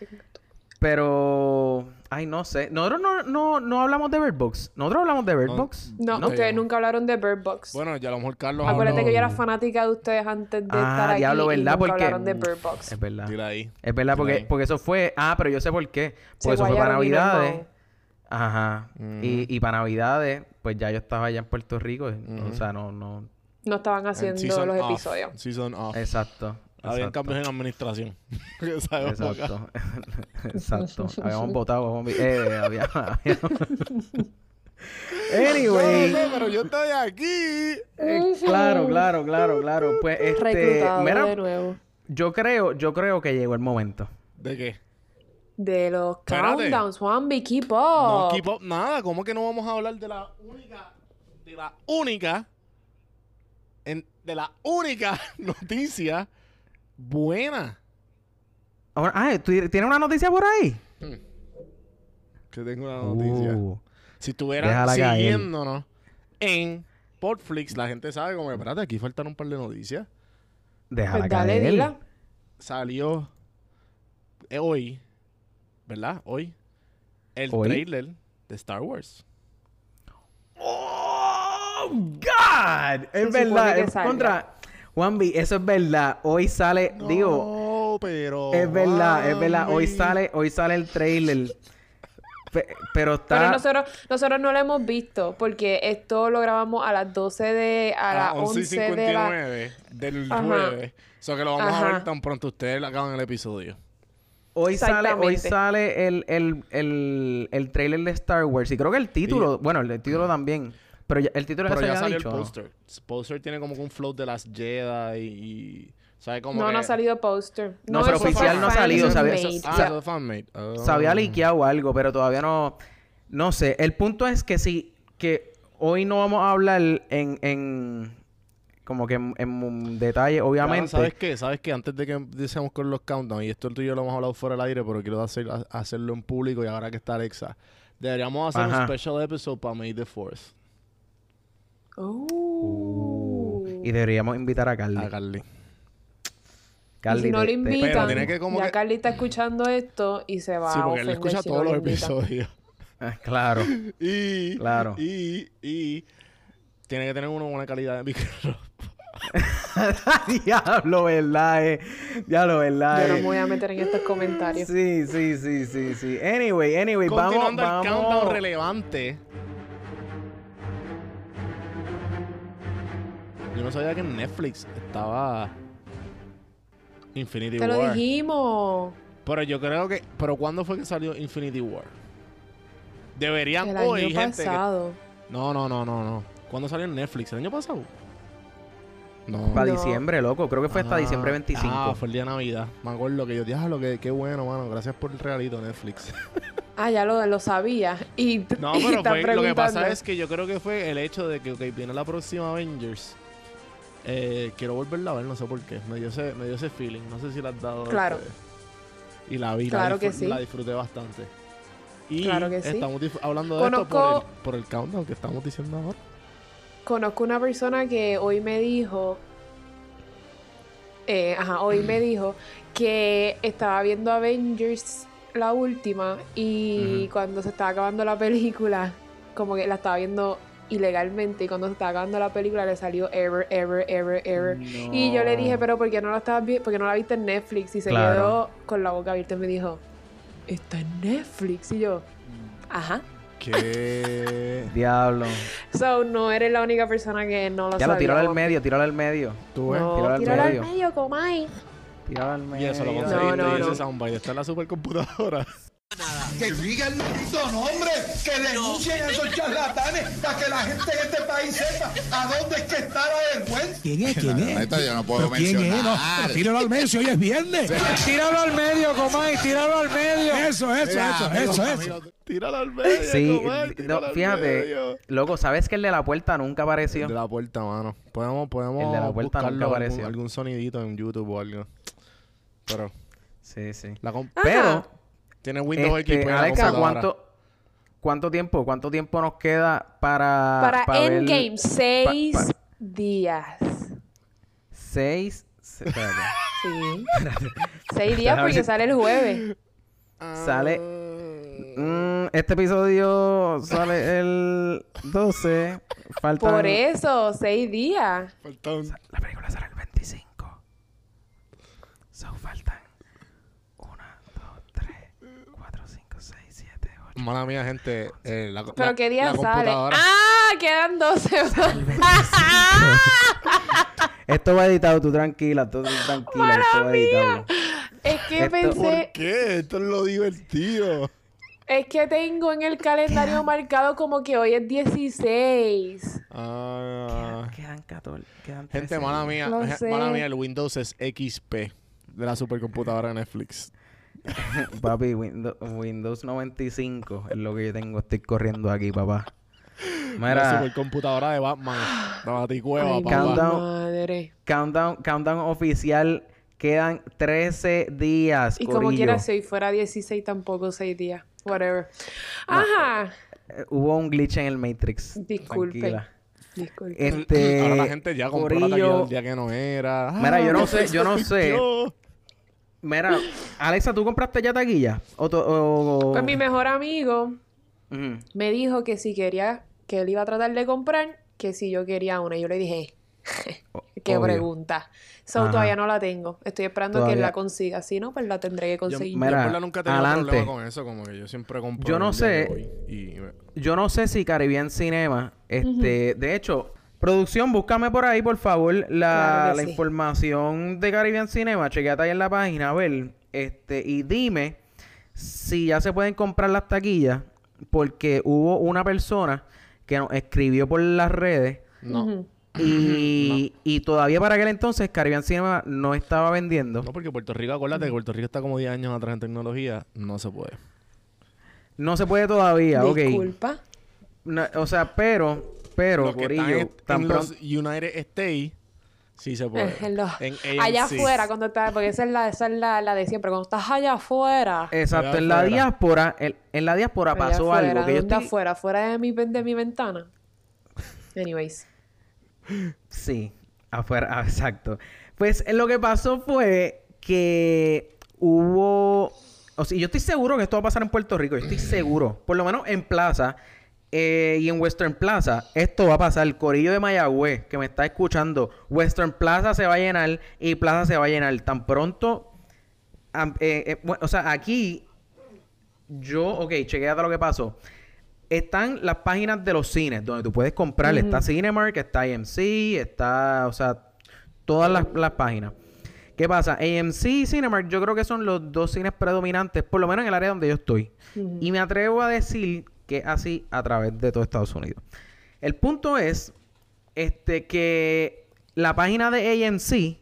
A: Pero. Ay, no sé. Nosotros no, no, no hablamos de Bird Box. Nosotros hablamos de Bird
C: No.
A: Box.
B: No,
C: No.
B: ustedes nunca hablaron de Bird Box.
C: Bueno, ya a lo mejor Carlos.
B: Acuérdate
C: habló-
B: que yo era fanática de ustedes antes de
A: Ah,
B: estar aquí
A: diablo,
B: y
A: ¿verdad?
B: nunca
A: Porque-
B: hablaron de Bird Box.
A: Es verdad.
C: Dile ahí.
A: Es verdad, porque,
C: Ahí.
A: porque eso fue. Ah, pero yo sé por qué. Porque eso fue para
B: guayaron y no es
A: Navidades.
B: nada.
A: Ajá.
B: Mm.
A: y, y para Navidades, pues ya yo estaba allá en Puerto Rico. O sea, no, no.
B: No estaban haciendo
C: Season
B: los
C: off,
B: episodios.
C: Season off.
A: Exacto.
C: Había
A: Eh, exacto.
C: cambios en administración. (laughs) ¿Sabes?
A: Exacto. (laughs)
B: (laughs)
A: Exacto. Habíamos votado. habíamos vi- Eh, había- (laughs)
C: Yo no
A: anyway.
C: sé, pero yo estoy aquí.
A: eh, claro, claro, claro, claro. Pues este.
B: Reclutado de
A: Mira,
B: nuevo.
A: yo creo, yo creo que llegó el momento.
C: ¿De qué?
B: De los
C: Espérate.
B: countdowns, Juanvi, keep up.
C: No, keep up, nada. ¿Cómo que no vamos a hablar de la única, de la única, en- de la única (laughs) noticia buena
A: Ahora- ah, ¿tú ¿tienes una noticia por ahí?
C: que tengo una noticia?
A: Uh,
C: si estuvieran
A: déjala caer.
C: siguiéndonos en Portflix, la gente sabe como que, espérate, aquí faltaron un par de noticias.
A: déjala
B: Pues dale,
A: caer.
B: dila.
C: Salió eh, hoy, ¿verdad? Hoy, el
A: Hoy.
C: trailer de Star Wars.
A: ¡Oh, God!
B: Se
A: Es
B: supone
A: verdad.
B: que
A: Es
B: salga.
A: contra... Juanvi, eso es verdad. Hoy sale... Digo,
C: pero.
A: es verdad, es verdad. Hoy sale, hoy sale el trailer. Pe- pero está...
B: Pero nosotros, nosotros no lo hemos visto porque esto lo grabamos a las 12 de... a,
C: A las
B: las 11 de la...
C: 11:59 del
B: Ajá.
C: jueves. O sea que lo vamos a ver
B: Ajá.
C: tan pronto ustedes lo acaban el episodio.
A: Hoy sale, hoy
B: Exactamente.
A: sale el, el, el, el trailer de Star Wars. Y creo que el título, bueno, el, título también. Pero ya- el título
C: Pero
A: ya se
C: ya
A: había
C: salió
A: dicho,
C: el
A: ¿no?
C: póster. El póster tiene como que un float de las Jedi y. y- ¿Sabe cómo
B: No,
C: que...
B: no ha salido poster.
A: No, pero
B: eso fue
A: oficial no ha
B: fan
A: salido, ¿sabes?
B: made.
A: Eso-
C: Ah,
A: Sa-
C: eso es fanmade. Oh.
A: Se había liqueado algo, pero todavía no. No sé. El punto es que sí, que hoy no vamos a hablar en. en como que en, en detalle,
C: Claro,
A: obviamente.
C: ¿Sabes qué? ¿Sabes qué? Antes de que empecemos con los countdowns, y esto tú y yo lo hemos hablado fuera del aire, pero quiero hacer- ha- hacerlo en público y ahora que está Alexa, deberíamos hacer
A: Ajá.
C: un special episode para May the Force.
B: Oh.
A: Y deberíamos invitar a Carly.
C: A Carly.
A: Carly,
B: Y si no
A: te-
B: lo
A: te-
B: invitan,
C: tiene que como
B: ya
C: que-
B: Carly está escuchando esto y se va
C: sí,
B: a
C: porque él
B: ofender
C: escucha
B: si no
C: todos
B: lo
C: los
B: invitan.
C: episodios.
A: Ah, claro.
C: Y,
A: Claro.
C: y, y tiene que tener una buena calidad de micrófono. (laughs)
A: (laughs) Diablo, ¿verdad? eh? Diablo, ¿verdad?
B: Yo no
A: eh?
B: me voy a meter en estos comentarios.
A: Sí, sí, sí, sí, sí. Anyway, anyway, vamos,
C: Continuando el countdown
A: vamos.
C: relevante. Yo no sabía que en Netflix estaba Infinity
B: Te
C: War.
B: lo dijimos.
C: Pero yo creo que. ¿Pero cuándo fue que salió Infinity War? Deberían
B: El
C: hoy,
B: año
C: gente. que-
B: pasado.
C: No, no, no, no, no. ¿Cuándo salió en Netflix? ¿El año pasado? No.
A: Para
B: No.
A: diciembre, loco. Creo que fue hasta
C: Ah,
A: diciembre 25.
C: Ah, fue el día de Navidad. Me acuerdo que yo dije, "Ah, lo que qué bueno, mano. Gracias por el regalito, Netflix.
B: Ah, ya lo, lo sabía. Y,
C: (laughs)
B: (laughs)
C: No, (laughs)
B: y
C: pero
B: está
C: fue, lo que pasa
B: preguntando.
C: es que yo creo que fue el hecho de que ok, viene la próxima Avengers. Eh, quiero volverla a ver, no sé por qué. Me dio ese, me dio ese feeling. No sé si la has dado.
B: Claro.
C: este, Y la vi, la
B: Claro que
C: disfr-
B: sí.
C: la disfruté bastante. Y
B: Claro que sí.
C: estamos dif- hablando de esto
B: Conozco-
C: por el, por el countdown que estamos diciendo ahora.
B: Conozco una persona que hoy me dijo, eh, ajá, hoy me dijo que estaba viendo Avengers la última y cuando se estaba acabando la película, como que la estaba viendo ilegalmente y cuando se estaba acabando la película le salió error, error, error, error. Y yo le dije, pero ¿por qué no la estabas vi- por qué no la viste en Netflix? Y se
A: Claro.
B: quedó con la boca abierta y me dijo, está en Netflix. Y yo,
A: Mm.
B: ajá.
C: Que
A: Diablo.
B: So, no eres la única persona que no lo
A: Ya lo
B: sabía,
A: tiró al
B: papi.
A: medio, tiró al medio.
C: (laughs) tú ves.
B: No,
A: Tíralo al
B: tíralo al
A: medio.
B: medio, Comay.
A: Tíralo al medio.
C: Y eso lo
B: conseguí.
C: conseguiste.
B: No, no,
C: y ese
B: no.
C: soundbite está en la supercomputadora.
E: Que digan los nombres, que denuncien a esos charlatanes para que la gente de este país sepa a dónde es que está la vergüenza.
F: ¿Quién
G: (laughs)
F: es? ¿Quién es?
G: Neta, yo no puedo
F: ¿Pero ¿Quién es? No, pues
G: mencionar.
F: tíralo al medio, si hoy es viernes.
A: Tíralo al medio, comay, tíralo al medio.
F: Eso, eso, eso, eso, eso.
G: Amigos,
C: Tírala al medio.
A: Sí,
C: Comay,
A: d-
C: tírala
A: no,
C: al
A: fíjate,
C: medio.
A: loco, ¿sabes que el de la puerta nunca
C: El
A: apareció?
C: de la puerta, mano. Podemos, podemos
A: El de la puerta nunca
C: buscarlo algún,
A: apareció.
C: algún sonidito en YouTube o algo. Pero
A: Sí, sí.
C: la comp-
A: Pero,
C: tiene Windows
A: este,
C: XP. en la
A: Alexa,
C: computadora.
A: ¿cuánto, ¿cuánto tiempo? ¿Cuánto tiempo nos queda para.
B: Para
A: Ah, ver
B: Endgame, seis
A: pa-
B: días.
A: Seis. se- espérate.
B: Sí. seis días
A: Déjame ver
B: porque
A: si-
B: sale el
A: (laughs)
B: jueves.
A: Sale. Mm, este episodio sale el 12. Falta.
B: Por e- eso, seis días.
C: Faltan-
A: La película sale el 25. So faltan 1, 2, 3, 4, 5, 6, 7, 8.
C: Mala mía, gente. eh, la,
B: ¿Pero
C: la-
B: qué día
C: la
B: sale?
C: computadora.
B: ¡Ah! Quedan dos semanas.
A: (laughs)
B: (laughs)
A: Esto va editado, tú tranquila, tú tranquila. esto va editado.
B: es que
A: Esto-
B: pensé...
C: ¿Qué? Esto es lo divertido.
B: Es que tengo en el calendario marcado como que hoy es 16.
C: Ah,
A: Quedan 14. Quedan 13.
C: gente, mala mía.
B: Lo
C: je-
B: sé.
C: Mala mía, el Windows es XP de la supercomputadora de Netflix.
A: Papi, Windows, Windows 95 es lo que yo tengo. Estoy corriendo aquí, papá.
C: La
A: Mira,
C: supercomputadora de Batman. La baticueva,
B: Ay, mi
A: Countdown.
C: papá.
B: madre.
A: countdown, countdown oficial. Quedan 13 días.
B: Y como
A: corillo.
B: quiera, si hoy fuera 16, tampoco seis días. Whatever. Ajá.
A: Eh, Hubo un glitch en el Matrix.
B: Disculpe.
A: Tranquila.
B: (laughs) Disculpe.
A: Este.
C: Ahora la gente ya compró la
A: corillo,
C: taquilla el día que no era. (laughs)
A: Mira, yo no
C: Ah,
A: sé- yo no
C: se
A: sé.
C: sintió.
A: Mira, Alexa, ¿tú compraste ya taquilla? O, to- o- o-
B: Pues mi mejor amigo
A: Ujú.
B: me dijo que si quería, que él iba a tratar de comprar, que si yo quería una. Y yo le dije, qué
A: Obvio.
B: pregunta. So,
A: Ajá.
B: todavía no la tengo. Estoy esperando que
A: Todavía.
B: la consiga. Si no, pues la tendré que
C: Yo,
B: conseguir.
C: yo
A: me- Mira,
C: en verdad nunca he tenido
A: adelante.
C: problema con eso, como que yo siempre compro.
A: Yo no
C: el día que
A: sé.
C: voy y me-
A: Yo no sé si Caribbean Cinema, este, de hecho, producción, búscame por ahí, por favor, la,
B: Claro que
A: la
B: sí.
A: información de Caribbean Cinema, chequeate ahí en la página, a ver, este, y dime si ya se pueden comprar las taquillas, porque hubo una persona que nos escribió por las redes
C: No.
A: y, y todavía para aquel entonces Caribbean Cinema no estaba vendiendo.
C: No, porque Puerto Rico, acuérdate que Puerto Rico está como 10 años atrás en tecnología, no se puede.
A: No se puede todavía, ok.
B: Disculpa.
A: No, o sea, pero, pero,
C: Los que
A: Corillo,
C: están en,
A: tan
C: en
A: pronto...
C: los United States, sí se puede.
B: (laughs) Eh, En los-
C: En
B: allá
C: AMC.
B: afuera, cuando estás, porque esa es, la, esa es la, la de siempre, cuando estás allá afuera.
A: Exacto,
C: Allá
A: en la
C: afuera.
A: diáspora, el- en la diáspora
B: allá
A: Eh, pasó
B: afuera,
A: algo que yo
B: ¿dónde
A: estoy...
B: afuera, fuera de mi, de
A: (laughs)
B: mi ventana. Anyways.
A: Sí, afuera, (laughs) ah, exacto. Pues eh, lo que pasó fue que hubo... O sea, yo estoy seguro que esto va a pasar en Puerto Rico, yo estoy seguro. Por lo menos en Plaza eh, y en Western Plaza, esto va a pasar. El corillo de Mayagüez que me está escuchando, Western Plaza se va a llenar y Plaza se va a llenar. Tan pronto... am- eh, eh, bueno, o sea, aquí yo, ok, chequéate lo que pasó. Están las páginas de los cines donde tú puedes comprar. Está Cinemark, está AMC, está, o sea, todas las, las páginas. ¿Qué pasa? AMC y Cinemark yo creo que son los dos cines predominantes, por lo menos en el área donde yo estoy. Y me atrevo a decir que es así a través de todo Estados Unidos. El punto es este, que la página de AMC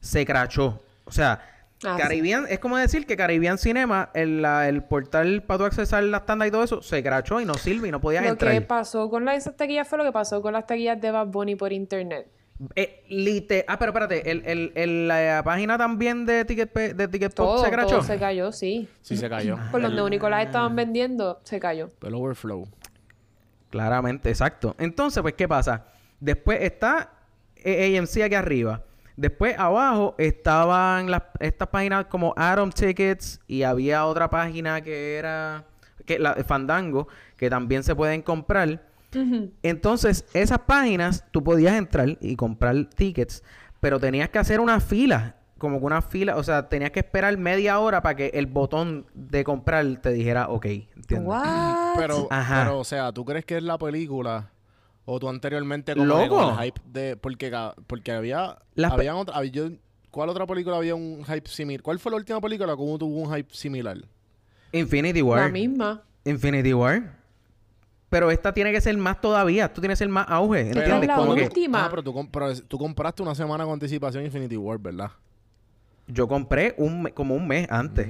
A: se crachó. O sea,
B: Ah, sí.
A: Caribbean, es como decir que Caribbean Cinema, el, la- el portal para tú accesar las tandas y todo eso, se crachó y no sirve y no podías
B: Lo
A: entrar.
B: que pasó con las esas taquillas fue lo que pasó con las taquillas de Bad Bunny por internet.
A: Eh, lite- ah, pero espérate, el, el- el- la página también de Ticket, Pe- de Ticket Pop
B: Todo
A: se
B: se,
A: crachó.
B: todo se cayó, sí.
C: Sí se cayó.
B: Por donde único las estaban vendiendo, se cayó.
C: El overflow.
A: Claramente, exacto. Entonces, pues, ¿qué pasa? Después está eh, AMC aquí arriba. Después abajo estaban las, estas páginas como Atom Tickets y había otra página que era que la Fandango, que también se pueden comprar. Entonces, esas páginas tú podías entrar y comprar tickets, pero tenías que hacer una fila, como que una fila, o sea, tenías que esperar media hora para que el botón de comprar te dijera ok, ¿entiendes?
B: What?
C: Pero,
A: Ajá.
C: pero, o sea, ¿tú crees que es la película? O tú anteriormente como
A: Loco.
C: que con el hype de... Porque, ca- porque había...
A: Las pe-
C: habían otra, había- yo- ¿Cuál otra película había un hype similar? ¿Cuál fue la última película que hubo- tuvo un hype similar?
A: Infinity
B: La
A: War.
B: misma.
A: Infinity War. Pero esta tiene que ser más todavía. Esto tiene que ser más auge. ¿Entiendes?
B: la
A: Como que
B: última.
C: Ah, pero tú, com- pero es- tú compraste una semana con anticipación Infinity War, ¿verdad?
A: yo compré un me- como un mes antes.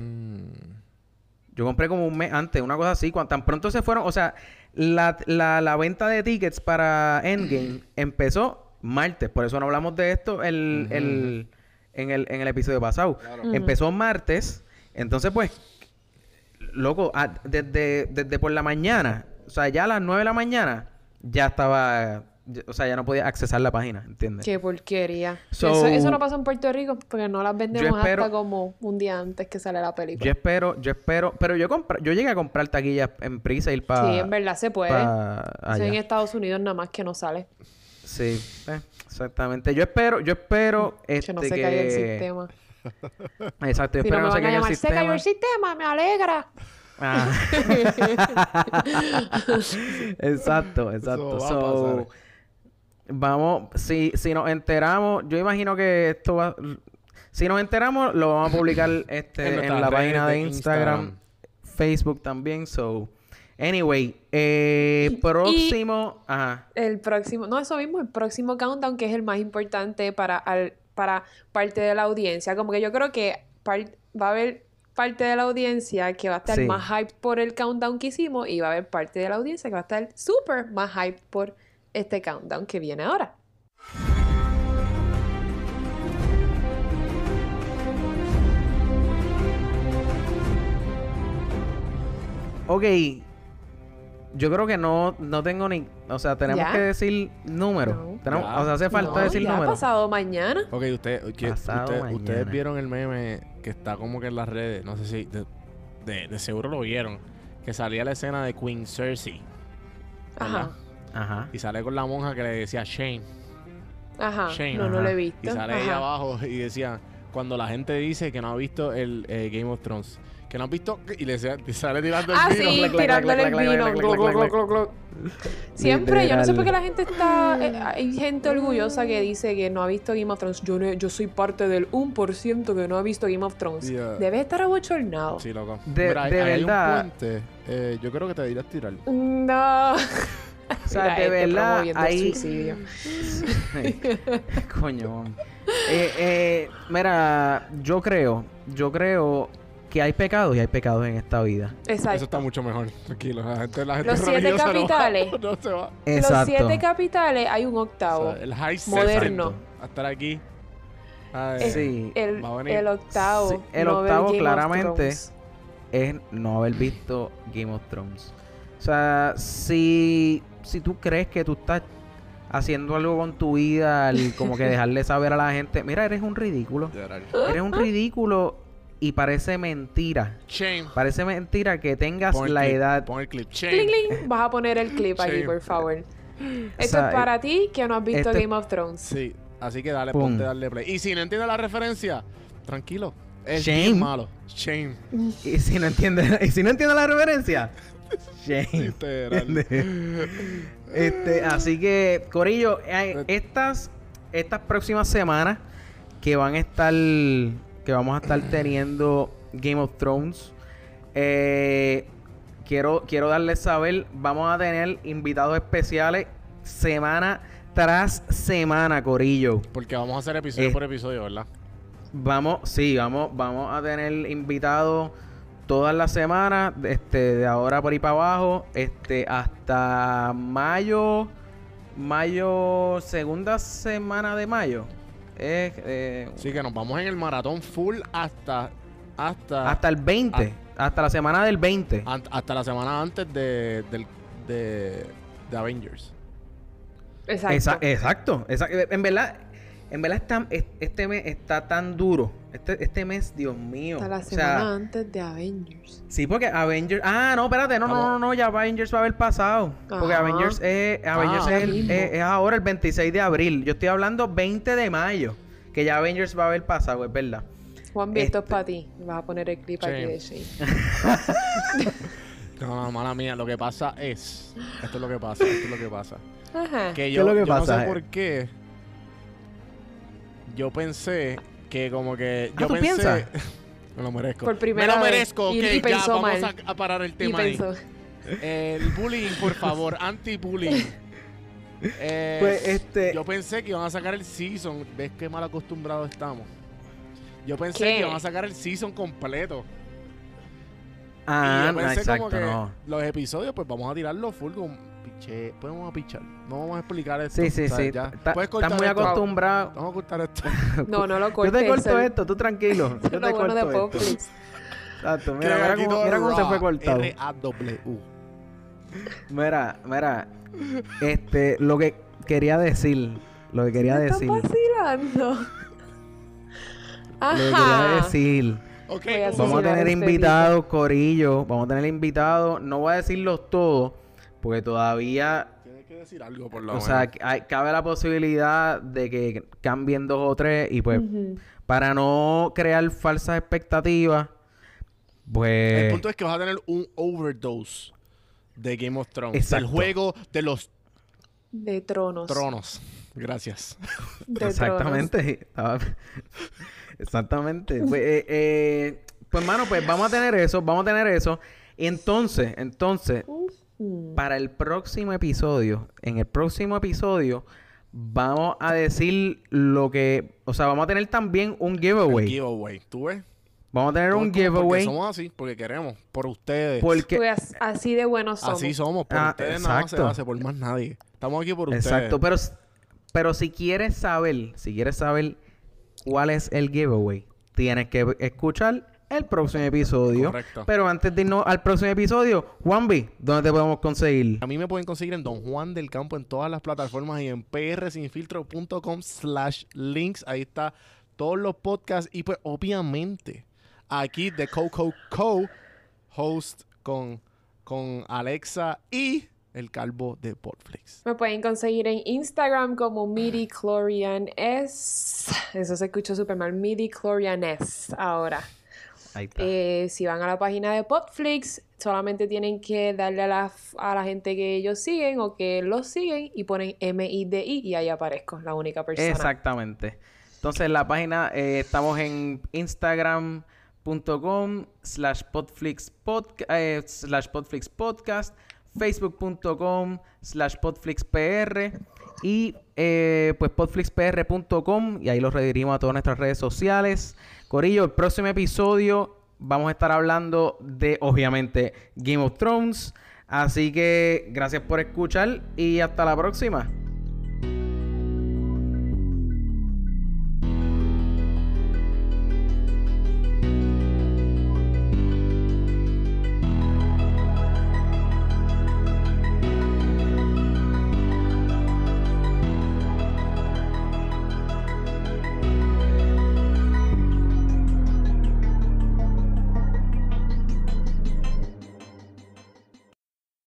A: Yo compré como un mes antes, una cosa así. Cuando tan pronto se fueron, o sea, la, la- la venta de tickets para Endgame empezó martes. Por eso no hablamos de esto el, el- en, el, en el episodio pasado. Empezó martes. Entonces, pues, loco, a- desde, desde por la mañana, o sea, ya a las 9 de la mañana, ya estaba, ya- o sea, ya no podía accesar la página, ¿entiendes?
B: Qué porquería.
A: So-
B: eso, eso no pasa en Puerto Rico porque no las vendemos
A: espero-
B: hasta como un día antes que sale la película.
A: Yo espero, yo espero, pero yo compra, yo llegué a comprar taquillas en prisa y para
B: sí, en verdad se puede. Eso en
A: allá.
B: Estados Unidos nada más que no sale.
A: Sí, eh, exactamente. Yo espero, yo espero este
B: que no se
A: que
B: caiga el sistema.
A: Exacto, yo
B: Si no
A: espero que no se
B: me van a
A: caiga el
B: llamar, se cayó
A: sistema.
B: el sistema, me alegra.
C: (laughs)
A: Ah. exacto, exacto.
C: Eso va a
A: So,
C: pasar.
A: vamos, si, si nos enteramos, yo imagino que esto va. Si nos enteramos, lo vamos a
C: (laughs)
A: publicar este,
C: En
A: en,
C: nuestras
A: la
C: redes
A: página
C: de
A: de Instagram,
C: Instagram.
A: Facebook también. So, anyway, eh, próximo. Ajá.
B: El próximo, no, eso mismo, el próximo countdown que es el más importante para, al- para parte de la audiencia. Como que yo creo que par- va a haber parte de la audiencia que va a estar
A: Sí.
B: más hyped por el countdown que hicimos y va a haber parte de la audiencia que va a estar súper más hyped por este countdown que viene ahora.
A: Ok. Yo creo que no, no tengo ni. O sea, tenemos
B: ¿Ya?
A: que decir números.
B: No.
A: Tenemos-
C: Ya.
A: O sea, hace falta
B: No,
A: decir
B: ya ha
A: números.
B: pasado mañana.
C: Ok, usted, oye,
A: Pasado
C: usted-
A: mañana.
C: ustedes vieron el meme que está como que en las redes, no sé si de, de- de seguro lo vieron, que salía la escena de Queen Cersei
B: Ajá.
A: Ajá.
C: y sale con la monja que le decía Shane,
B: Ajá.
C: Shane.
B: no, no lo
C: ajá.
B: he visto.
C: Y sale
B: Ajá.
C: ella abajo y decía, cuando la gente dice que no ha visto el eh, Game of Thrones, que no has visto y le sa- y sale tirando el
B: Ah,
C: vino.
B: sí,
A: clac, clac,
B: tirándole el
A: clac, clac,
B: vino.
A: clac, clac,
B: gloc,
A: clac,
B: gloc,
A: clac.
B: gloc, gloc. Siempre, yo no sé por qué
A: Literal.
B: la gente está. eh, hay gente orgullosa que dice que no ha visto Game of Thrones. Yo, no- yo soy parte del 1% que no ha visto Game of Thrones.
G: Yeah.
B: Debes estar abochornado.
C: Sí, loco.
A: De,
G: Mira, ahí-
A: de
G: ahí hay un
A: verdad.
G: puente, eh, yo creo que te dirás tirar.
B: No.
A: (laughs) O sea, de verdad, ahí.
B: suicidio.
A: (laughs) Coño. hombre. Eh, eh, mira, yo creo, yo creo que hay pecados y hay pecados en esta vida.
B: Exacto.
C: Eso está mucho mejor. (laughs) Tranquilo. La gente, la gente
B: Los siete
C: religiosa no va-
B: capitales.
C: (laughs) No, se va.
B: Los
A: Exacto.
B: siete capitales hay un octavo.
C: O sea, el high
B: Moderno.
C: A estar aquí. Ay,
B: el-
A: sí.
B: el,
C: va a venir.
B: el octavo.
A: Sí, el
B: no ver
A: octavo,
B: Game of
A: claramente.
B: Thrones.
A: es no haber visto Game of Thrones. O sea, si, si tú crees que tú estás haciendo algo con tu vida, al como
B: (laughs)
A: que dejarle saber a la gente, mira, eres un ridículo. Eres un ridículo y parece mentira.
C: Shame.
A: Parece mentira que tengas
C: Pon el
A: la
C: clip,
A: edad.
C: Pon el clip. Shame.
B: Cling, cling. Vas a poner el clip
C: Sí.
B: aquí, por favor. Esto
A: sea, eh,
B: es para ti que no has visto
A: este-
B: Game of Thrones.
C: Sí. Así que dale,
A: Pum.
C: ponte, darle play. Y si no entiendes la referencia, tranquilo. Es
A: Shame.
C: bien malo.
B: (laughs)
C: Shame.
A: Y si no entiendes, y si no entiendes la referencia. Shame.
C: Literal.
A: (laughs) Este, así que, Corillo, eh, estas, estas próximas semanas que van a estar, que vamos a estar teniendo Game of Thrones, eh, quiero, quiero darles saber, vamos a tener invitados especiales semana tras semana, Corillo.
C: Porque vamos a hacer episodio
A: Eh.
C: por episodio, ¿verdad?
A: Vamos, sí, vamos, vamos a tener invitados todas las semanas, este, de ahora por ahí para abajo, este, hasta mayo, mayo, segunda semana de mayo. Es, eh,
C: Así que nos vamos en el maratón full hasta. Hasta.
A: hasta el 20, hasta la semana del 20.
B: Ah,
C: an- hasta la semana antes de. del- de, de Avengers.
B: Exacto.
A: Esa- eh, exacto, esa- en verdad, en verdad está- es- este mes está tan duro. Este, este mes, Dios mío.
B: Hasta la
A: o sea,
B: semana antes de Avengers.
A: Sí, porque Avengers. Ah, no, espérate, no, no,
C: Vamos.
A: no, no, ya Avengers va a haber pasado. Porque
B: Ajá.
A: Avengers, es, Avengers
C: Ah, ahora
A: es, el-
B: mismo.
A: es- es ahora el 26 de abril. Yo estoy hablando 20 de mayo, que ya Avengers va a haber pasado, es verdad.
B: Juan, esto es
A: Este-
B: para ti. Vas a poner el clip aquí de Shane.
C: No, no, mala mía. Lo que pasa es. Esto es lo que pasa. Esto es lo que pasa.
B: Ajá.
C: Que
A: es
C: yo,
A: lo que
C: yo
A: pasa,
C: no sé
A: eh?
C: por qué. Yo pensé que como que.
A: Ah,
C: Yo
A: ¿tú
C: pensé.
A: piensas?
C: (laughs) Me lo merezco.
B: Por primera
C: Me lo
B: vez.
C: merezco, ok.
B: Y- y
C: ya
B: pensó
C: vamos
B: mal.
C: a, a parar el
B: Y
C: tema ahí.
A: (laughs)
B: pensó.
C: El bullying, por favor, anti-bullying. Eh,
A: Pues, este-
C: Yo pensé que iban a sacar el season. ¿Ves qué mal acostumbrados estamos? Yo pensé
B: ¿Qué?
C: que iban a sacar el season completo.
A: Ah,
C: y yo
A: no,
C: pensé
A: exacto,
C: como que
A: no.
C: los episodios, pues vamos a tirarlo full con piche. Pues vamos a pichar. No vamos a explicar esto.
A: Sí, sí,
C: o sea,
A: sí.
C: ya.
A: Está-
C: Puedes
A: Estás
C: cortar
A: muy
C: esto.
A: acostumbrado.
C: Vamos a cortar esto.
B: No, no lo
A: Yo
B: cortes.
A: te corto
B: el-
A: esto, tú
B: (laughs)
A: tranquilo. Yo te
B: lo bueno de
A: corto esto.
B: Popflix.
A: Exacto,
C: (laughs)
A: mira, mira cómo, mira cómo se fue cortado. Mira, mira. Este, lo que quería decir, lo que quería
B: Están
A: decir, lo
B: vacilando.
A: que quería
B: Ajá.
A: decir.
C: Ok,
B: Voy a
C: ¿cómo?
A: Vamos a
B: Sí, la
A: tener
B: gente
A: invitados, Corillo. Vamos a tener invitados. No voy a decirlos todos, porque todavía.
C: Tienes que decir algo por lo
A: O
C: menos.
A: sea, que hay- cabe la posibilidad de que cambien dos o tres. Y pues, para no crear falsas expectativas,
C: el
A: pues.
C: punto es que vas a tener un overdose de Game of Thrones.
A: Exacto.
C: Del juego de los
B: De tronos.
C: tronos. Gracias.
B: De tronos.
A: Exactamente. (laughs) Estaba- Exactamente. Pues, eh, eh, pues, mano, pues vamos a tener eso. Vamos a tener eso. Y entonces, entonces,
B: Mm.
A: para el próximo episodio, en el próximo episodio, vamos a decir lo que. O sea, vamos a tener también un
C: El
A: giveaway.
C: giveaway. ¿Tú ves?
A: Vamos a tener
C: Somos
A: un
C: como- Porque
A: giveaway.
C: somos así, porque queremos. Por ustedes.
A: Porque.
B: Pues así de buenos somos.
C: Así somos. Por
A: Ah,
C: ustedes nada más se
A: exacto.
C: hace. Por más nadie. Estamos aquí por ustedes.
A: Exacto. Pero, s- pero si quieres saber, si quieres saber cuál es el giveaway, tienes que escuchar el próximo episodio.
C: Correcto.
A: Pero antes de irnos al próximo episodio, Juanvi, ¿dónde te podemos conseguir?
C: A mí me pueden conseguir en Don Juan del Campo en todas las plataformas y en prsinfiltro.com slash links. Ahí está todos los podcasts y pues obviamente
G: aquí de Coco Co, host con, con Alexa y el calvo de Portflix.
B: Me pueden conseguir en Instagram como midichlorians. Eso se escuchó súper mal. Midichlorians ahora.
A: Ahí está.
B: Eh, si van a la página de Popflix, solamente tienen que darle a la, a la gente que ellos siguen o que los siguen y ponen M-I-D-I y ahí aparezco, la única persona.
A: Exactamente. Entonces, la página, eh, estamos en instagram.com slash podflix podca- eh, slash podflix podcast, facebook.com slash podflixpr y eh, pues podflixpr.com y ahí los redirigimos a todas nuestras redes sociales. Corillo, el próximo episodio vamos a estar hablando de, obviamente, Game of Thrones. Así que gracias por escuchar y hasta la próxima.